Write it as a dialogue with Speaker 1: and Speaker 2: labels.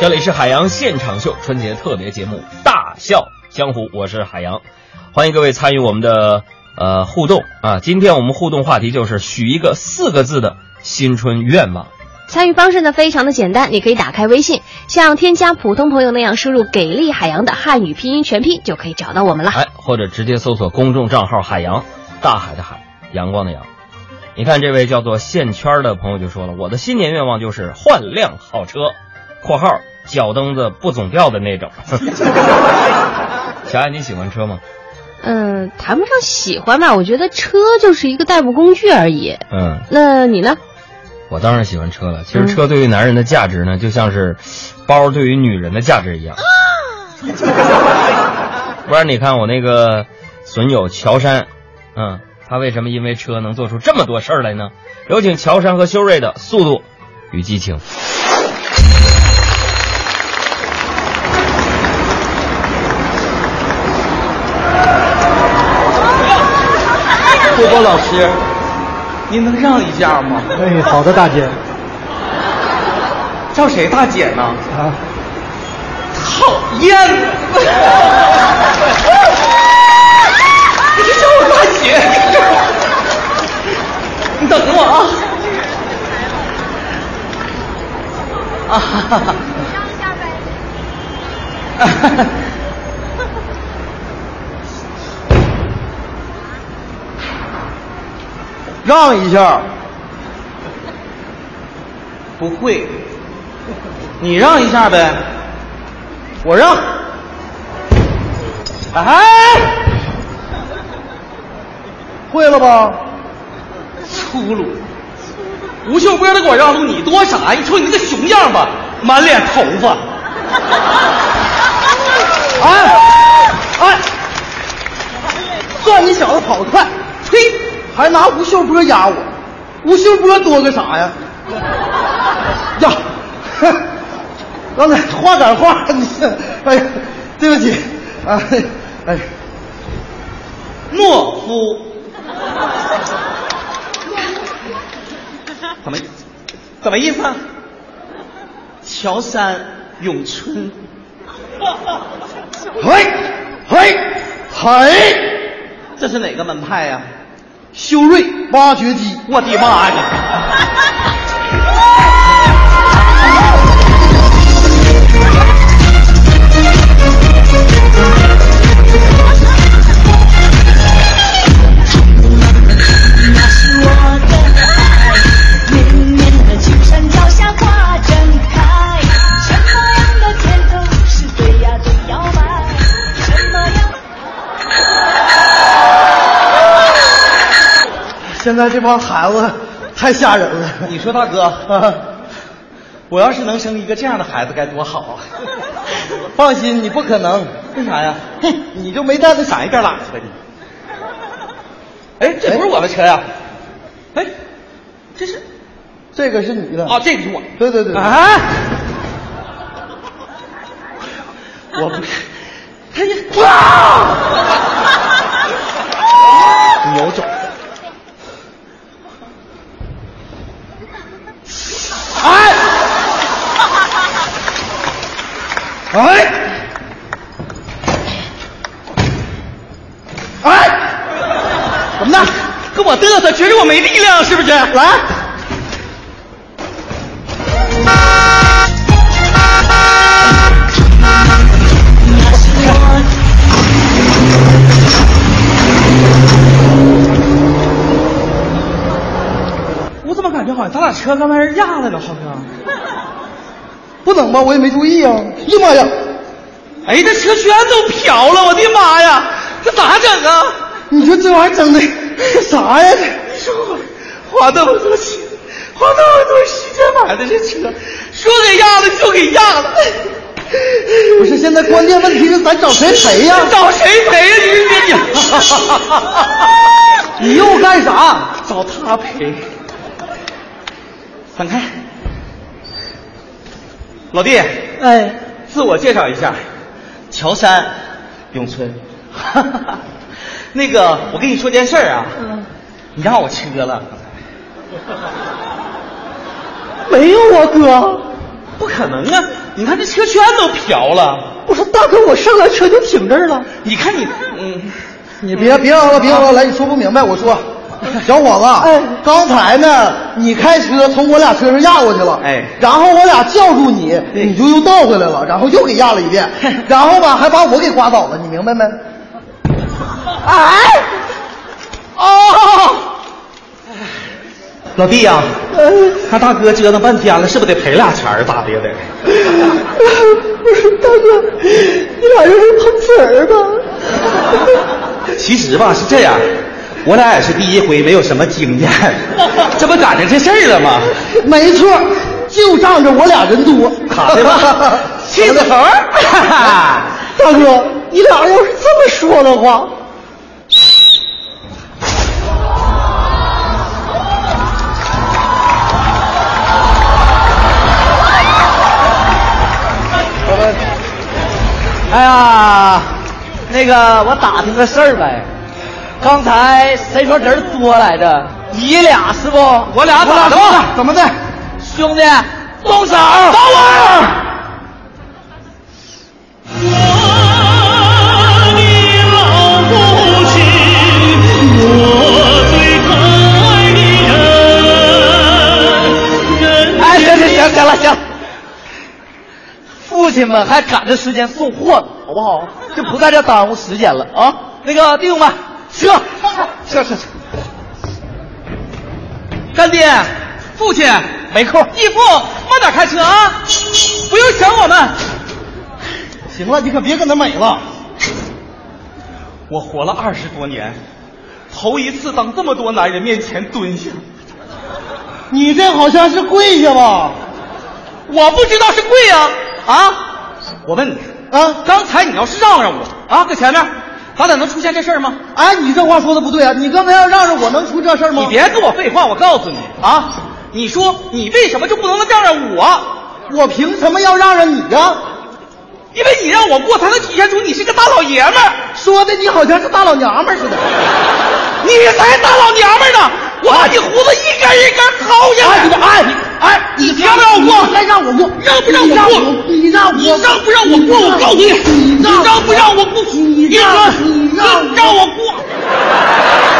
Speaker 1: 这里是海洋现场秀春节特别节目《大笑江湖》，我是海洋，欢迎各位参与我们的呃互动啊！今天我们互动话题就是许一个四个字的新春愿望。
Speaker 2: 参与方式呢非常的简单，你可以打开微信，像添加普通朋友那样输入“给力海洋”的汉语拼音全拼，就可以找到我们了。
Speaker 1: 哎，或者直接搜索公众账号“海洋”，大海的海，阳光的阳。你看这位叫做线圈的朋友就说了，我的新年愿望就是换辆好车（括号脚蹬子不总掉的那种）小艾，你喜欢车吗？
Speaker 2: 嗯，谈不上喜欢吧，我觉得车就是一个代步工具而已。
Speaker 1: 嗯，
Speaker 2: 那你呢？
Speaker 1: 我当然喜欢车了。其实车对于男人的价值呢，就像是包对于女人的价值一样。不然你看我那个损友乔杉，嗯，他为什么因为车能做出这么多事儿来呢？有请乔杉和修睿的《速度与激情》。
Speaker 3: 波波老师，您能让一下吗？
Speaker 4: 哎，好的，大 姐
Speaker 3: 叫谁大姐呢？
Speaker 4: 啊，
Speaker 3: 讨厌！ 你就叫我大姐，你等我啊！啊哈哈哈！啊哈 哈！
Speaker 4: 让一下，
Speaker 3: 不会，你让一下呗，我让。哎，
Speaker 4: 会了吧？
Speaker 3: 粗鲁！吴秀波的给我让路，你多傻！你瞅你那个熊样吧，满脸头发。
Speaker 4: 哎，
Speaker 3: 哎，
Speaker 4: 算你小子跑得快，
Speaker 3: 呸！
Speaker 4: 还拿吴秀波压我，吴秀波多个啥呀？ 呀，哼刚才话赶话，你哎呀，对不起，哎哎，
Speaker 3: 懦夫。怎么，怎么意思？啊？乔三咏春，
Speaker 4: 嘿，嘿，嘿，
Speaker 3: 这是哪个门派呀、
Speaker 4: 修睿挖掘机，
Speaker 3: 我的妈呀！
Speaker 5: 那是我的爱，绵绵的青山脚下花正开，什么样的甜头是对呀对摇摆，什么样？
Speaker 4: 现在这帮孩子太吓人了。
Speaker 3: 你说大 哥，我要是能生一个这样的孩子该多好啊！
Speaker 4: 放心，你不可能。
Speaker 3: 为啥呀？
Speaker 4: 你就没带那
Speaker 3: 闪一边拉去吧你！哎，这不是我的车呀、哎，这是
Speaker 4: 这个是你的
Speaker 3: 啊，这个是我。
Speaker 4: 对对对
Speaker 3: 啊！我 不，哎呀！
Speaker 4: 你有种！哎，哎，哎，
Speaker 3: 怎么的？跟我嘚瑟，觉着我没力量是不是？来，我怎么感觉好像咱俩车刚才人压来了，好像。
Speaker 4: 不能吧？我也没注意啊！哎呀妈呀，
Speaker 3: 哎，这车全都瓢了，我的妈呀，这咋整啊？
Speaker 4: 你说这玩意儿整的 这啥呀？这
Speaker 3: 花那么多钱，花那么多时间买的这车，说给压了就给压了，
Speaker 4: 不是，现在关键问题是咱找谁赔呀？
Speaker 3: 找谁赔呀？你说
Speaker 4: 你又干啥？
Speaker 3: 你找他赔？散开，老弟，
Speaker 4: 哎，
Speaker 3: 自我介绍一下，乔三，咏春。 那个，我跟你说件事儿啊，你让我车了，
Speaker 4: 没有啊，哥，
Speaker 3: 不可能啊！
Speaker 4: 你看这车圈都瓢了，
Speaker 3: 我说大哥，我上来车就停这儿了。
Speaker 4: 你看你，嗯，
Speaker 3: 你别别熬了，别熬了，来，你说不明白，我 说，小伙子，
Speaker 4: 哎
Speaker 3: 刚才呢，你开车从我俩车上压过去了，
Speaker 4: 哎
Speaker 3: 然后我俩叫住你，
Speaker 4: 对
Speaker 3: 你就又倒回来了，然后又给压了一遍，然后吧，还把我给刮倒了，你明白没？哎，哦，
Speaker 4: 老弟呀、
Speaker 3: 哎
Speaker 4: 看大哥折腾半天了，是不是得赔俩钱儿？咋的也得。
Speaker 3: 不是大哥，你俩这是碰瓷儿吧？
Speaker 4: 其实吧是这样，我俩也是第一回，没有什么 经验，这不赶上这事儿了吗？
Speaker 3: 没错，就仗着我俩人多，
Speaker 4: 卡对 吧气死头儿
Speaker 3: 大哥，你俩要是这么说的话，
Speaker 6: 哎呀，那个我打听个事儿呗，刚才谁说人多来着？你俩是不？我俩
Speaker 3: 咋的？怎么的？
Speaker 6: 兄弟，动手！等会儿。哎，行行行，行了行了，父亲们还赶着时间送货呢，好不好？就不在这耽误时间了啊！那个弟兄们， 撤撤撤撤！干爹，父亲没空，义父慢点开车啊，不用想我们。
Speaker 3: 行了，你可别跟他美了。
Speaker 4: 我活了二十多年，头一次当这么多男人面前蹲下，
Speaker 3: 你这好像是跪下吧？
Speaker 4: 我不知道是跪呀啊我问你，
Speaker 3: 啊，
Speaker 4: 刚才你要是让让我啊，搁前面，咱俩能出现这事儿吗？
Speaker 3: 哎，你这话说的不对啊！你刚才要让着我，能出这事儿吗？
Speaker 4: 你别跟我废话，我告诉你啊，你说你为什么就不能让让我？
Speaker 3: 我凭什么要让让你呀、
Speaker 4: 因为你让我过，才能体现出你是个大老爷们儿。
Speaker 3: 说的你好像是大老娘们儿似的。
Speaker 4: 你才大老娘们儿呢！我把你胡子一根一根薅下来！哎哎，你
Speaker 3: 你
Speaker 4: 让不让我
Speaker 3: 你
Speaker 4: 过？
Speaker 3: 该让我过，
Speaker 4: 让不让我过？
Speaker 3: 你让我，
Speaker 4: 你让不让我过？我告诉你，
Speaker 3: 你
Speaker 4: 你
Speaker 3: 让
Speaker 4: 让不让我过？
Speaker 3: 你
Speaker 4: 你
Speaker 3: 让
Speaker 4: 说
Speaker 3: 你让
Speaker 4: 让我过？